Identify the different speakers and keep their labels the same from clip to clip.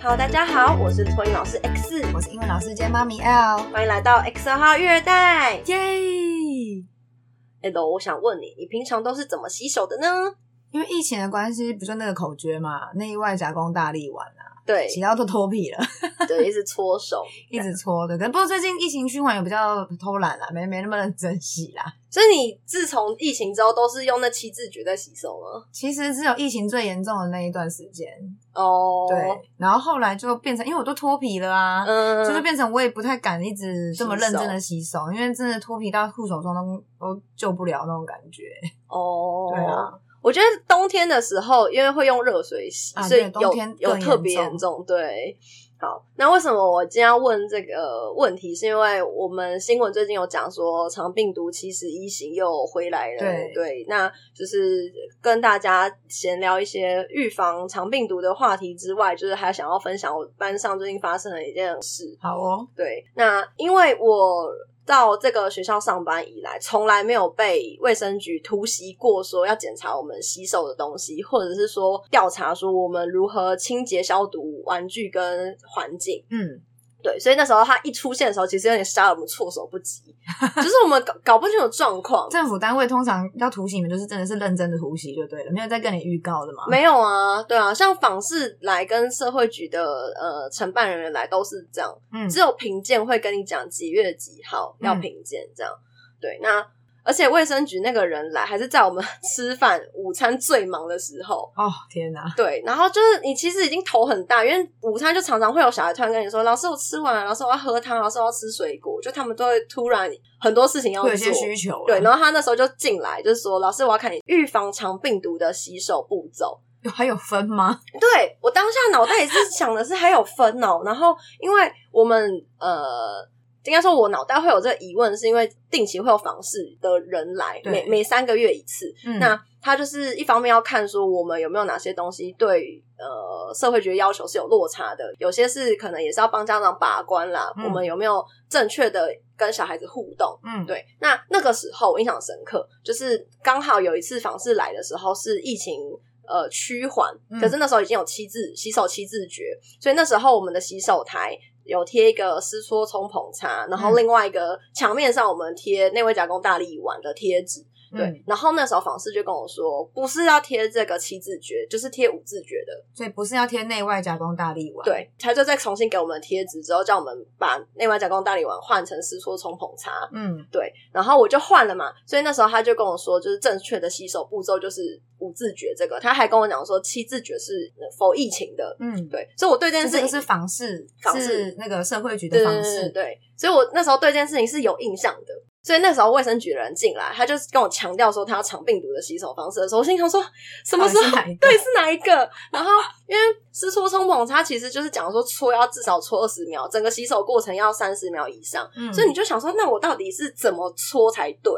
Speaker 1: Hello，大家好，我是托运老师 X，
Speaker 2: 我是英文老师兼妈咪 L，
Speaker 1: 欢迎来到 X 号育儿袋。
Speaker 2: 耶！
Speaker 1: L，我哎想问你，你平常都是怎么洗手的呢？
Speaker 2: 因为疫情的关系，不就那个口诀嘛，内外夹攻大力丸啊，
Speaker 1: 对
Speaker 2: 洗到都脱皮 了，
Speaker 1: 对，一直搓手，
Speaker 2: 一直搓的。可是不过最近疫情趋缓，也比较偷懒啦，没没那么认真洗啦。
Speaker 1: 所以你自从疫情之后都是用那七字诀在洗手吗？
Speaker 2: 其实只有疫情最严重的那一段时间，
Speaker 1: 哦，
Speaker 2: 对，然后后来就变成，因为我都脱皮了啊，
Speaker 1: 嗯，
Speaker 2: 就是变成我也不太敢一直这么
Speaker 1: 洗手
Speaker 2: 认真的洗手，因为真的脱皮到护手霜都都救不了那种感觉。
Speaker 1: 哦，
Speaker 2: 对啊，
Speaker 1: 我觉得冬天的时候，因为会用热水洗，
Speaker 2: 啊
Speaker 1: 所以
Speaker 2: 对冬
Speaker 1: 有
Speaker 2: 天
Speaker 1: 有
Speaker 2: 更
Speaker 1: 特别
Speaker 2: 严重
Speaker 1: 严重。对，好，那为什么我今天要问这个问题？是因为我们新闻最近有讲说，长病毒其实一型又回来了。
Speaker 2: 对
Speaker 1: 那就是跟大家闲聊一些预防长病毒的话题之外，就是还想要分享我班上最近发生的一件事。
Speaker 2: 好哦，
Speaker 1: 对，那因为我到这个学校上班以来，从来没有被卫生局突袭过，说要检查我们洗手的东西，或者是说调查说我们如何清洁消毒玩具跟环境。
Speaker 2: 嗯，
Speaker 1: 对，所以那时候他一出现的时候，其实有点杀了我们措手不及，就是我们搞搞不清楚状况。
Speaker 2: 政府单位通常要突袭你们，就是真的是认真的突袭就对了，没有在跟你预告的嘛。
Speaker 1: 没有啊，对啊，像访视来跟社会局的呃承办人员来都是这样，
Speaker 2: 嗯，
Speaker 1: 只有评鉴会跟你讲几月几号要评鉴这样。对，那而且卫生局那个人来，还是在我们 吃饭午餐最忙的时候。
Speaker 2: 哦天哪，
Speaker 1: 对，然后就是你其实已经头很大，因为午餐就常常会有小孩突然跟你说：“老师，我吃完了，老师我要喝汤，老师我要吃水果。”就他们都会突然很多事情要
Speaker 2: 会有
Speaker 1: 做
Speaker 2: 一。些需求啊。
Speaker 1: 对，然后他那时候就进来，就是说：“老师，我要看你预防肠病毒的洗手步骤。”
Speaker 2: 有还有分吗？
Speaker 1: 对我当下脑袋也是想的是还有分哦，然后因为我们呃，应该说我脑袋会有这个疑问，是因为定期会有访视的人来，
Speaker 2: 对
Speaker 1: 每每三个月一次，
Speaker 2: 嗯
Speaker 1: 那他就是一方面要看说我们有没有哪些东西对呃社会局的要求是有落差的，有些是可能也是要帮家长把关啦，
Speaker 2: 嗯
Speaker 1: 我们有没有正确的跟小孩子互动。
Speaker 2: 嗯，
Speaker 1: 对，那那个时候我印象深刻，就是刚好有一次访视来的时候是疫情呃趋缓，
Speaker 2: 嗯
Speaker 1: 可是那时候已经有七字洗手七字诀，所以那时候我们的洗手台有贴一个湿搓冲捧茶，然后
Speaker 2: 嗯
Speaker 1: 另外一个墙面上我们贴内位夹工大力丸的贴纸。对，
Speaker 2: 嗯
Speaker 1: 然后那时候访视就跟我说，不是要贴这个七字诀，就是贴五字诀的。
Speaker 2: 所以不是要贴内外夹攻大力丸。，
Speaker 1: 对，他就再重新给我们贴纸之后，叫我们把内外夹工大力丸换成湿搓冲捧茶。
Speaker 2: 嗯，
Speaker 1: 对，然后我就换了嘛，所以那时候他就跟我说，就是正确的洗手步骤就是五字诀这个，他还跟我讲说七字诀是呃否疫情的，
Speaker 2: 嗯，
Speaker 1: 对，所以我对这件
Speaker 2: 但是
Speaker 1: 事
Speaker 2: 这
Speaker 1: 情
Speaker 2: 个是房事，
Speaker 1: 房事
Speaker 2: 是那个社会局
Speaker 1: 对
Speaker 2: 的
Speaker 1: 对对
Speaker 2: 房
Speaker 1: 对
Speaker 2: 事。
Speaker 1: 对，所以我那时候对这件事情是有印象的，所以那时候卫生局的人进来，他就跟我强调说他要抢病毒的洗手方式的时候，我心想说什么时候
Speaker 2: 到底是哪一个
Speaker 1: 对是哪一个？然后因为湿搓冲捧，它其实就是讲说搓要至少搓二十秒，整个洗手过程要三十秒以上。
Speaker 2: 嗯，
Speaker 1: 所以你就想说，那我到底是怎么搓才对？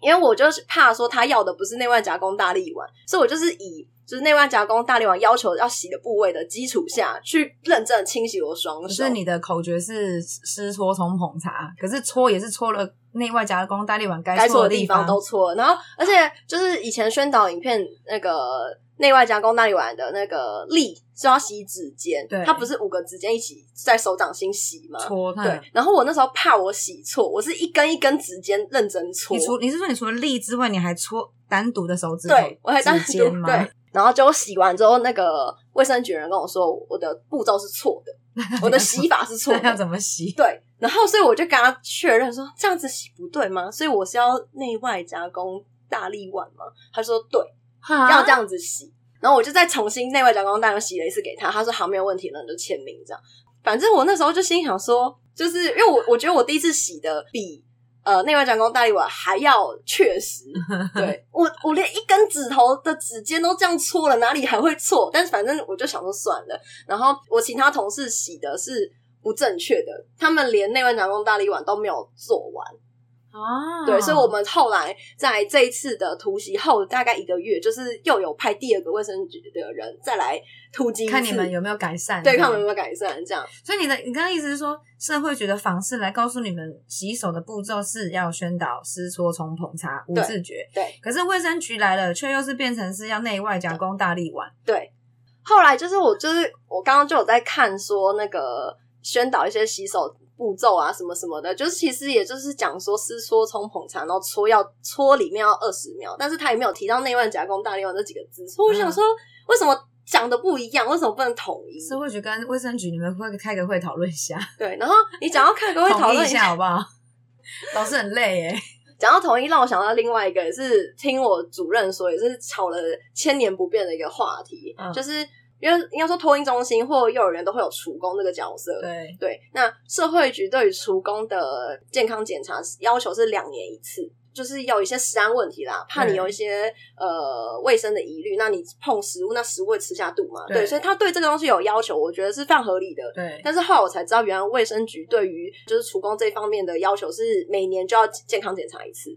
Speaker 1: 因为我就是怕说他要的不是内外夹攻大力丸，所以我就是以就是内外夹攻大力丸要求要洗的部位的基础下去认真地清洗我双
Speaker 2: 可
Speaker 1: 手
Speaker 2: 是。你的口诀是湿搓冲捧茶，可是搓也是搓了内外夹攻大力丸
Speaker 1: 该
Speaker 2: 该
Speaker 1: 搓
Speaker 2: 搓
Speaker 1: 的
Speaker 2: 的
Speaker 1: 地
Speaker 2: 方
Speaker 1: 方都搓了，然后而且就是以前宣导影片那个内外夹攻大力丸的那个力是要洗指尖，
Speaker 2: 对
Speaker 1: 它不是五个指尖一起在手掌心洗吗？
Speaker 2: 搓。嗯啊那
Speaker 1: 对，，然后我那时候怕我洗错，我是一根一根指尖认真搓。
Speaker 2: 你除你是说你除了力之外，你还搓单独的手指头
Speaker 1: 对，我还当
Speaker 2: 指
Speaker 1: 时
Speaker 2: 尖吗？
Speaker 1: 对，然后结果洗完之后，那个卫生局人跟我说，我的步骤是错的，我 的洗法是错
Speaker 2: 那要
Speaker 1: 的。
Speaker 2: 怎 么洗？
Speaker 1: 对，然后所以我就跟他确认说，这样子洗不对吗？所以我是要内外夹攻大力丸吗？他说对，要
Speaker 2: 要
Speaker 1: 这样子洗。然后我就再重新内外夹攻大力洗了一次给他，他说好没有问题了，你就签名这样。反正我那时候就心想说，就是因为我我觉得我第一次洗的比呃内外夹攻大力丸还要确实，对我，我连一根指头的指尖都这样搓了，哪里还会错？但是反正我就想说算了。然后我其他同事洗的是不正确的，他们连内外夹攻大力丸都没有做完。
Speaker 2: 啊，
Speaker 1: 对，所以我们后来在这一次的突袭后，大概一个月，就是又有派第二个卫生局的人再来突击一次，
Speaker 2: 看你们有没有改善。
Speaker 1: 对，
Speaker 2: 这
Speaker 1: 看
Speaker 2: 样
Speaker 1: 我们有没有改善。这样
Speaker 2: 所以你的你刚刚意思是说，社会局的访视来告诉你们洗手的步骤是要宣导湿搓冲捧擦无
Speaker 1: 对
Speaker 2: 自觉，
Speaker 1: 对嗯
Speaker 2: 可是卫生局来了，却又是变成是要内外夹攻大力丸。
Speaker 1: 对。后来就是我就是我刚刚就有在看说那个宣导一些洗手步骤啊什么什么的，就是其实也就是讲说是搓冲捧茶，然后搓要搓里面要二十秒，但是他也没有提到内外夹攻大力丸这几个字，所以我
Speaker 2: 嗯
Speaker 1: 想说为什么讲的不一样，为什么不能统一？
Speaker 2: 社会局跟卫生局，你们会开个会讨论 一下，
Speaker 1: 对，然后你讲到看各位讨
Speaker 2: 统一
Speaker 1: 论
Speaker 2: 一下好 不好？老师很累耶，
Speaker 1: 讲到统一，让我想到另外一个，也是听我主任说，也是吵了千年不变的一个话题，
Speaker 2: 嗯
Speaker 1: 就是因为应该说托婴中心或幼儿园都会有厨工这个角色。
Speaker 2: 对，
Speaker 1: 对，那社会局对于厨工的健康检查要求是两年一次，就是有一些食安问题啦，怕你有一些呃卫生的疑虑，那你碰食物，那食物会吃下肚嘛？
Speaker 2: 对
Speaker 1: 对，所以他对这个东西有要求，我觉得是非常合理的。
Speaker 2: 对，
Speaker 1: 但是后来我才知道，原来卫生局对于就是厨工这方面的要求是每年就要健康检查一次。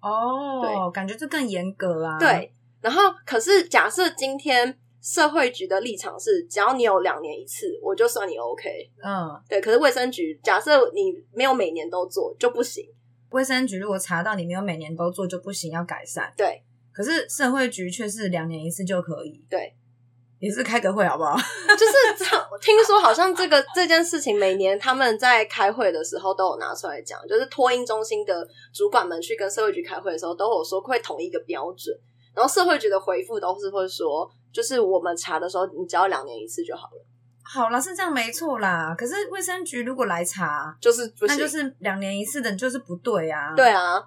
Speaker 2: 哦，感觉这更严格啊，
Speaker 1: 对，然后可是假设今天社会局的立场是，只要你有两年一次，我就算你 OK。
Speaker 2: 嗯，
Speaker 1: 对，可是卫生局假设你没有每年都做就不行。
Speaker 2: 卫生局如果查到你没有每年都做就不行，要改善。
Speaker 1: 对，
Speaker 2: 可是社会局却是两年一次就可以，
Speaker 1: 对，
Speaker 2: 也是开个会好不 好？
Speaker 1: 就是这样，听说好像这个这件事情，每年他们在开会的时候都有拿出来讲，就是托婴中心的主管们去跟社会局开会的时候，都有说会统一一个标准，然后社会局的回复都是会说，就是我们查的时候，你只要两年一次就好了，
Speaker 2: 好啦，是这样没错啦。可是卫生局如果来查，
Speaker 1: 就是不
Speaker 2: 那
Speaker 1: 行，
Speaker 2: 就是两年一次的，就是不对啊。
Speaker 1: 对。啊，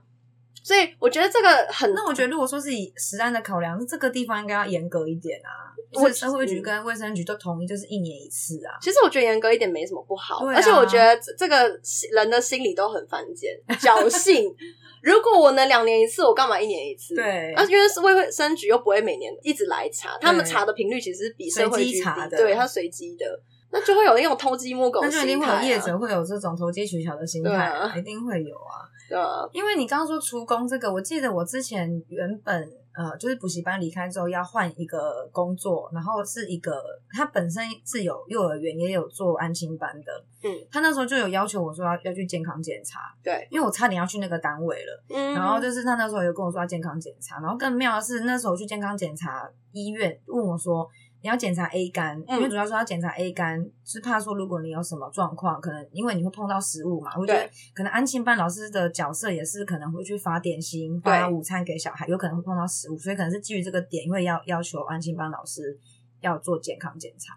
Speaker 1: 所以我觉得这个很
Speaker 2: 那我觉得，如果说是以实安的考量，这个地方应该要严格一点啊。
Speaker 1: 我嗯
Speaker 2: 就是社会局跟卫生局都同意，就是一年一次啊。
Speaker 1: 其实我觉得严格一点没什么不好，
Speaker 2: 对啊
Speaker 1: 而且我觉得这这个人的心理都很犯贱，侥幸。 如果我能两年一次，我干嘛一年一次？
Speaker 2: 对
Speaker 1: 啊
Speaker 2: 啊
Speaker 1: 而且因为是卫生局又不会每年一直来查，他们
Speaker 2: 对
Speaker 1: 查的频率其实是比社会
Speaker 2: 随
Speaker 1: 局
Speaker 2: 机
Speaker 1: 低
Speaker 2: 查的
Speaker 1: 对，它随机的，那就会有那种偷鸡摸狗
Speaker 2: 那
Speaker 1: 的
Speaker 2: 就
Speaker 1: 心
Speaker 2: 一定
Speaker 1: 态、
Speaker 2: 会
Speaker 1: 啊。
Speaker 2: 有业者会有这种投机取巧的心态、啊，一定会有啊。
Speaker 1: 对啊，
Speaker 2: 因为你刚刚说出工这个，我记得我之前原本呃，就是补习班离开之后要换一个工作，然后是一个他本身是有幼儿园也有做安亲班的，
Speaker 1: 嗯，
Speaker 2: 他那时候就有要求我说要要去健康检查，
Speaker 1: 对，
Speaker 2: 因为我差点要去那个单位了，
Speaker 1: 嗯，
Speaker 2: 然后就是他那时候有跟我说要健康检查，然后更妙的是那时候我去健康检查医院问我说。你要检查 A 肝，
Speaker 1: 嗯
Speaker 2: 因为主要说要检查 A 肝，是怕说如果你有什么状况，可能因为你会碰到食物嘛，我觉得
Speaker 1: 对
Speaker 2: 可能安亲班老师的角色也是可能会去发点心、发
Speaker 1: 对
Speaker 2: 午餐给小孩，有可能会碰到食物，所以可能是基于这个点，会要要求安亲班老师要做健康检查。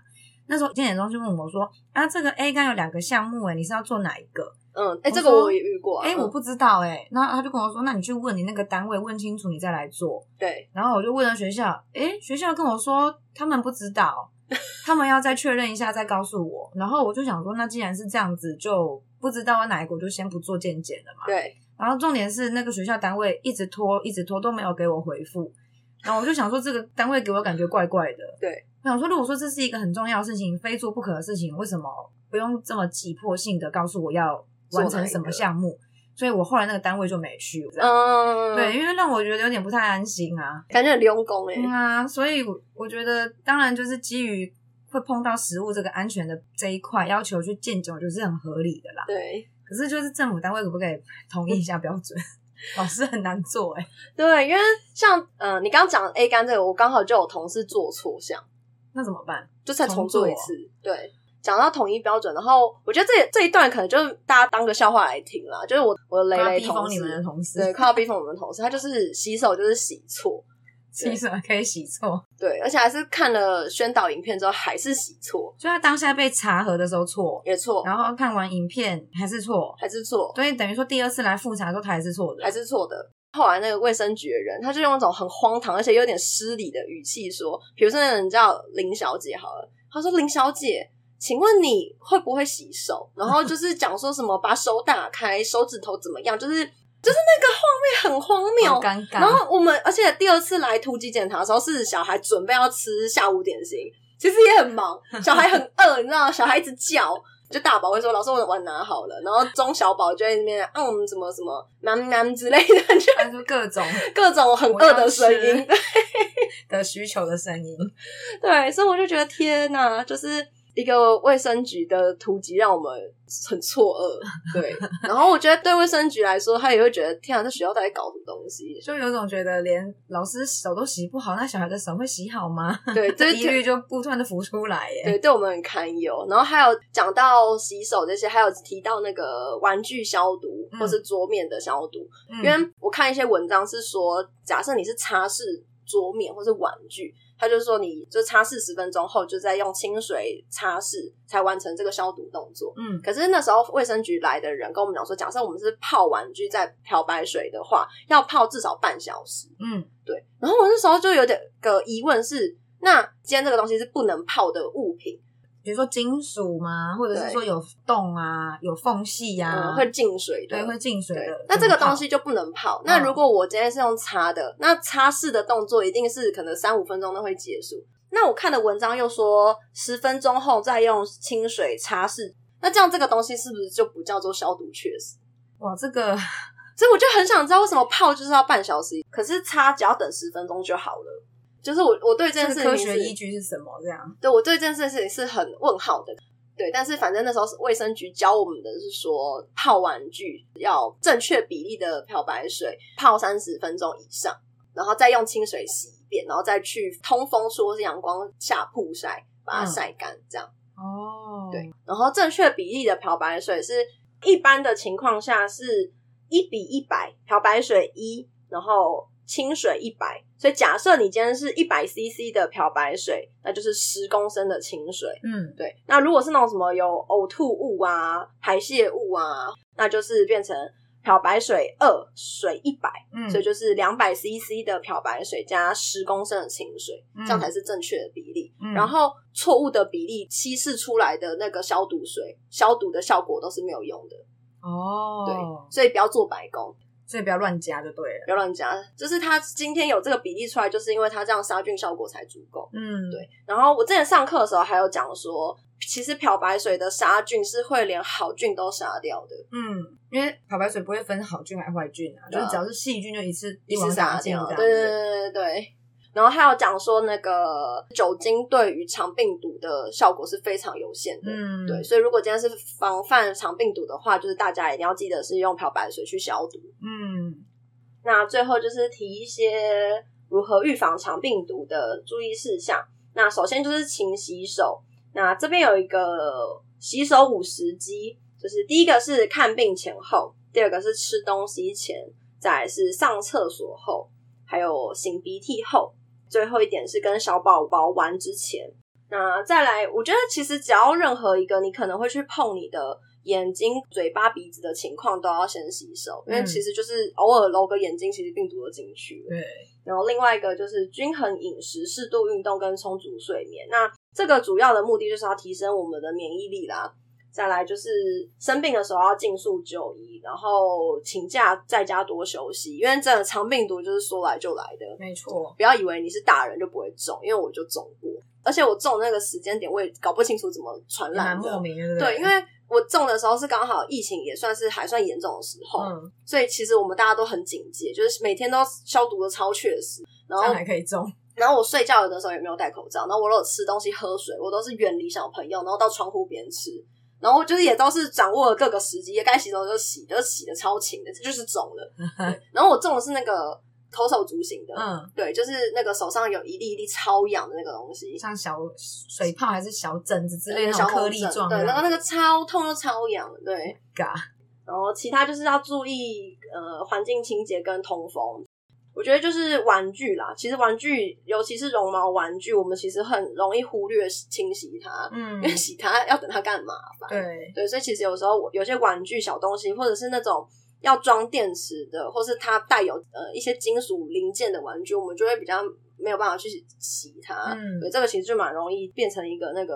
Speaker 2: 那时候健检中心问我说：“啊，这个 A 肝有两个项目、欸，你是要做哪一个
Speaker 1: 嗯，哎、
Speaker 2: 我
Speaker 1: 这个
Speaker 2: 说
Speaker 1: 我也遇过、？”啊，
Speaker 2: 哎、我
Speaker 1: 嗯
Speaker 2: 不知道哎、欸然后他就跟我说：“那你去问你那个单位，问清楚你再来做。
Speaker 1: 对”
Speaker 2: 然后我就问了学校，哎、学校跟我说他们不知道，他们要再确认一下再告诉我。然后我就想说，那既然是这样子，就不知道哪一个，我就先不做健检了嘛。
Speaker 1: 对，
Speaker 2: 然后重点是那个学校单位一直拖，一直拖都没有给我回复。然后我就想说，这个单位给我感觉怪怪的。
Speaker 1: 对，
Speaker 2: 我想说，如果说这是一个很重要的事情，非做不可的事情，为什么不用这么急迫性的告诉我要完成什么项目？所以我后来那个单位就没去。
Speaker 1: 嗯，
Speaker 2: 对，，因为让我觉得有点不太安心啊。
Speaker 1: 感觉很用功哎、
Speaker 2: 嗯啊，所以我我觉得，当然就是基于会碰到食物这个安全的这一块要求去健检，我觉得是很合理的啦。
Speaker 1: 对。
Speaker 2: 可是就是政府单位可不可以统一一下标准？ 老师很难做哎、
Speaker 1: 对，因为像嗯、呃你刚刚讲 A 肝这个，我刚好就有同事做错项，
Speaker 2: 那怎么办？
Speaker 1: 就再重做一
Speaker 2: 重
Speaker 1: 次。对，讲到统一标准，然后我觉得这这一段可能就是大家当个笑话来听啦。就是我我雷
Speaker 2: 快要
Speaker 1: 雷
Speaker 2: 逼
Speaker 1: 同
Speaker 2: 疯你们
Speaker 1: 事
Speaker 2: 的，同事，
Speaker 1: 对， 快要逼疯我们的同事，他就是洗手就是洗错，
Speaker 2: 洗什么可以洗错？
Speaker 1: 对，而且还是看了宣导影片之后还是洗错，
Speaker 2: 就他当下被查核的时候错，
Speaker 1: 也错，
Speaker 2: 然后看完影片还是错，
Speaker 1: 还是错，
Speaker 2: 所以等于说第二次来复查的时候他还是错的，
Speaker 1: 还是错的。后来那个卫生局的人，他就用一种很荒唐而且有点失礼的语气说，比如说那个人叫林小姐好了，他说林小姐，请问你会不会洗手？然后就是讲说什么把手打开，手指头怎么样，就是就是那个画面很
Speaker 2: 好
Speaker 1: 荒谬。
Speaker 2: 尴尬。
Speaker 1: 然后我们而且第二次来突击检查的时候，是小孩准备要吃下午点心，其实也很 忙，小孩很饿，你知道，小孩一直叫。就大宝会说：“老师，我的碗拿好了。”然后中小宝就在那边嗯，什么什么喵喵之类的，就
Speaker 2: 他说各种
Speaker 1: 各种 很饿的声
Speaker 2: 我 要
Speaker 1: 音
Speaker 2: 吃。的需求的声音，
Speaker 1: 对，所以我就觉得天哪，就是一个卫生局的突击让我们很错愕， 对。然后我觉得对卫生局来说，他也会觉得天啊，这学校到底搞什么东西？
Speaker 2: 就有种觉得连老师手都洗不好，那小孩的手会洗好吗？
Speaker 1: 对，
Speaker 2: 这
Speaker 1: 对
Speaker 2: 疑虑就不断的浮出来欸耶。
Speaker 1: 对，对我们很堪忧。然后还有讲到洗手这些，还有提到那个玩具消毒
Speaker 2: 嗯
Speaker 1: 或是桌面的消毒，
Speaker 2: 嗯
Speaker 1: 因为我看一些文章是说，假设你是擦拭桌面或是玩具，他就说你就擦拭十分钟后，就再用清水擦拭，才完成这个消毒动作。
Speaker 2: 嗯
Speaker 1: 可是那时候卫生局来的人跟我们讲说，假设我们是泡玩具在漂白水的话，要泡至少半小时。
Speaker 2: 嗯，
Speaker 1: 对，然后我那时候就有点个疑问是，那今天这个东西是不能泡的物品，
Speaker 2: 比如说金属嘛，或者是
Speaker 1: 对
Speaker 2: 说有洞啊、有缝隙呀、
Speaker 1: 嗯，会进水的，
Speaker 2: 啊对会进水
Speaker 1: 对
Speaker 2: 的。
Speaker 1: 那这个东
Speaker 2: 怎么
Speaker 1: 西就不能泡。
Speaker 2: 嗯
Speaker 1: 那如果我今天是用擦的，那擦拭的动作一定是可能三五分钟都会结束。那我看的文章又说十分钟后再用清水擦拭，那这样这个东西是不是就不叫做消毒确实？
Speaker 2: 泡哇，这个
Speaker 1: 所以我就很想知道为什么泡就是要半小时，可是擦只要等十分钟就好了。就是我我对这件
Speaker 2: 这
Speaker 1: 事
Speaker 2: 个
Speaker 1: 情
Speaker 2: 科
Speaker 1: 是
Speaker 2: 学依据是什么？这样
Speaker 1: 对我对这件事情是很问号的。对，但是反正那时候是卫生局教我们的是说，泡玩具要正确比例的漂白水泡三十分钟以上，然后再用清水洗一遍，然后再去通风处或是阳光下曝晒，把它
Speaker 2: 嗯
Speaker 1: 晒干，这样。
Speaker 2: 哦，
Speaker 1: 对，然后正确比例的漂白水是一般的情况下是一比一百，漂白水一，然后清水一百。所以假设你今天是一百 CC 的漂白水，那就是十公升的清水。
Speaker 2: 嗯
Speaker 1: 对，那如果是那种什么有呕吐物啊、排泄物啊，那就是变成漂白水二，水一百、
Speaker 2: 嗯，
Speaker 1: 所以就是两百 CC 的漂白水加十公升的清水，这样才是正确的比例。
Speaker 2: 嗯
Speaker 1: 然后错误的比例稀释出来的那个消毒水，消毒的效果都是没有用的，
Speaker 2: 哦，
Speaker 1: 对，所以不要做白工，
Speaker 2: 所以不要乱加就对了。
Speaker 1: 不要乱加。就是他今天有这个比例出来，就是因为他这样杀菌效果才足够。
Speaker 2: 嗯，
Speaker 1: 对，然后我之前上课的时候还有讲说，其实漂白水的杀菌是会连好菌都杀掉的，
Speaker 2: 嗯，因为漂白水不会分好菌还是坏菌啊，就
Speaker 1: 对啊
Speaker 2: 是只要是细菌就一次
Speaker 1: 一
Speaker 2: 网
Speaker 1: 次
Speaker 2: 打
Speaker 1: 杀
Speaker 2: 尽
Speaker 1: 掉。对
Speaker 2: 这样
Speaker 1: 对
Speaker 2: 子。
Speaker 1: 对对对。然后还有讲说，那个酒精对于肠病毒的效果是非常有限的。
Speaker 2: 嗯，
Speaker 1: 对，所以如果今天是防范肠病毒的话，就是大家一定要记得是用漂白水去消毒。
Speaker 2: 嗯
Speaker 1: 那最后就是提一些如何预防肠病毒的注意事项。那首先就是勤洗手。那这边有一个洗手五十机，就是第一个是看病前后，第二个是吃东西前，再来是上厕所后，还有擤鼻涕后，最后一点是跟小宝宝玩之前。那再来，我觉得其实只要任何一个你可能会去碰你的眼睛、嘴巴、鼻子的情况，都要先洗手，因为
Speaker 2: 嗯
Speaker 1: 其实就是偶尔揉个眼睛，其实病毒都进去了。
Speaker 2: 对，
Speaker 1: 然后另外一个就是均衡饮食、适度运动跟充足睡眠。那这个主要的目的就是要提升我们的免疫力啦。再来就是生病的时候要尽速就医，然后请假在家多休息，因为真的肠病毒就是说来就来的。
Speaker 2: 没错。
Speaker 1: 不要以为你是大人就不会中，因为我就中过，而且我中那个时间点我也搞不清楚怎么传
Speaker 2: 也
Speaker 1: 染
Speaker 2: 蛮
Speaker 1: 的。
Speaker 2: 莫名的，
Speaker 1: 对，因为我中的时候是刚好疫情也算是还算严重的时候，
Speaker 2: 嗯，
Speaker 1: 所以其实我们大家都很警戒，就是每天都消毒的超确实。然
Speaker 2: 这
Speaker 1: 后
Speaker 2: 样，还可以中，
Speaker 1: 然后我睡觉的时候也没有戴口罩，然后我如果吃东西、喝水，我都是远离小朋友，然后到窗户边吃，然后就是也都是掌握了各个时机，也该洗手就洗，就洗的超勤的，这就是肿了。对然后我中的是那个口手足型的，
Speaker 2: 嗯，
Speaker 1: 对，就是那个手上有一粒一粒超痒的那个东西，
Speaker 2: 像小水泡还是小疹子之类
Speaker 1: 那个
Speaker 2: 的那
Speaker 1: 小
Speaker 2: 种
Speaker 1: 红
Speaker 2: 颗粒
Speaker 1: 疹
Speaker 2: 状啊，Oh 的，
Speaker 1: 对，然后那个超痛又超痒，对。
Speaker 2: 嘎，
Speaker 1: 然后其他就是要注意呃环境清洁跟通风。我觉得就是玩具啦，其实玩具，尤其是绒毛玩具，我们其实很容易忽略清洗它，
Speaker 2: 嗯
Speaker 1: 因，为洗它要等它干嘛？
Speaker 2: 对，
Speaker 1: 对，所以其实有时候我有些玩具小东西，或者是那种要装电池的，或是它带有呃一些金属零件的玩具，我们就会比较没有办法去洗它。
Speaker 2: 嗯
Speaker 1: 对，这个其实就蛮容易变成一个那个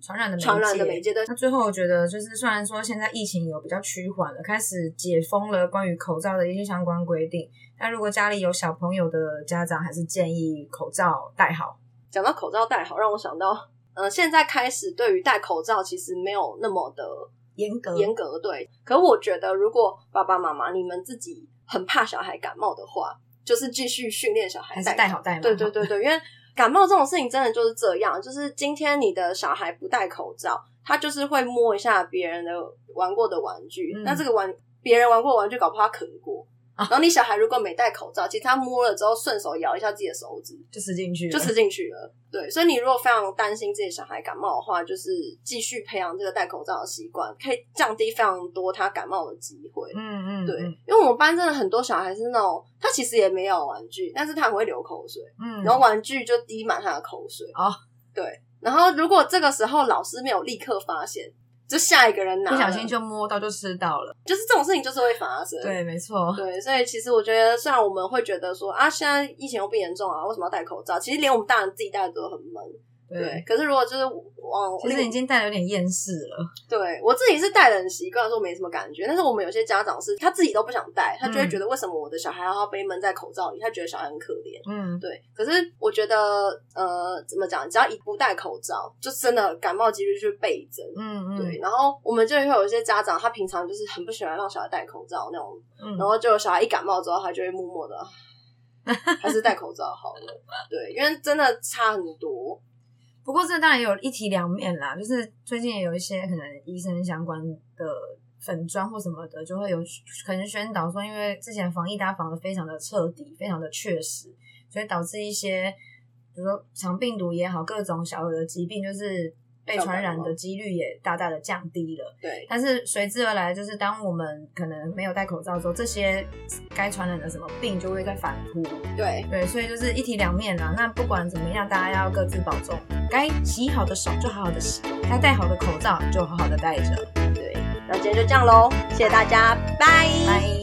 Speaker 2: 传染的
Speaker 1: 传染的媒介。对，
Speaker 2: 那最后我觉得，就是虽然说现在疫情有比较趋缓了，开始解封了关于口罩的一些相关规定，但如果家里有小朋友的家长，还是建议口罩戴好。
Speaker 1: 讲到口罩戴好，让我想到，呃，现在开始对于戴口罩其实没有那么的
Speaker 2: 严格
Speaker 1: 严格，对。可我觉得，如果爸爸妈妈你们自己很怕小孩感冒的话，就是继续训练小孩
Speaker 2: 还是戴好戴满。
Speaker 1: 对对，对对，因为感冒这种事情真的就是这样，就是今天你的小孩不戴口罩，他就是会摸一下别人的玩过的玩具，
Speaker 2: 嗯
Speaker 1: 那这个玩别人玩过的玩具，搞不好他啃过。
Speaker 2: 啊
Speaker 1: 然后你小孩如果没戴口罩，其实他摸了之后顺手咬一下自己的手指，
Speaker 2: 就吃进去了，
Speaker 1: 就吃进去了。对，所以你如果非常担心自己小孩感冒的话，就是继续培养这个戴口罩的习惯，可以降低非常多他感冒的机会。
Speaker 2: 嗯，嗯嗯，
Speaker 1: 对，因为我们班真的很多小孩是那种，他其实也没有玩具，但是他很会流口水，
Speaker 2: 嗯，
Speaker 1: 然后玩具就滴满他的口水。
Speaker 2: 哦，
Speaker 1: 对。然后如果这个时候老师没有立刻发现，就下一个人拿
Speaker 2: 不
Speaker 1: 了，
Speaker 2: 小心就摸到就吃到了，
Speaker 1: 就是这种事情就是会发生。
Speaker 2: 对，没错，
Speaker 1: 对，所以其实我觉得，虽然我们会觉得说啊，现在疫情又不严重啊，为什么要戴口罩？其实连我们大人自己戴的都很闷。对，，可是如果就是往
Speaker 2: 其实已经带的有点厌世了，
Speaker 1: 对我自己是戴的很习惯，说没什么感觉。但是我们有些家长是他自己都不想戴，他就会
Speaker 2: 嗯
Speaker 1: 觉得为什么我的小孩要被闷在口罩里？他觉得小孩很可怜。
Speaker 2: 嗯，
Speaker 1: 对，可是我觉得，呃，怎么讲？只要一不戴口罩，就真的感冒几率就倍增。
Speaker 2: 嗯嗯，
Speaker 1: 对，然后我们就会有一些家长，他平常就是很不喜欢让小孩戴口罩那种
Speaker 2: 嗯，
Speaker 1: 然后就小孩一感冒之后，他就会默默的，还是戴口罩好了。对，因为真的差很多。
Speaker 2: 不过这当然有一体两面啦，就是最近也有一些可能医生相关的粉砖或什么的，就会有可能宣导说，因为之前防疫大家防的非常的彻底，非常的确实，所以导致一些比如说肠病毒也好，各种小儿的疾病，就是被传染的几率也大大的降低了。
Speaker 1: 对，
Speaker 2: 但是随之而来，就是当我们可能没有戴口罩之后，这些该传染的什么病就会再反扑。
Speaker 1: 对，
Speaker 2: 对，所以就是一体两面啦。那不管怎么样，大家要各自保重。该洗好的手就好好的洗，该戴好的口罩就好好的戴着。
Speaker 1: 对。那今天就这样喽，谢谢大家，拜
Speaker 2: 拜。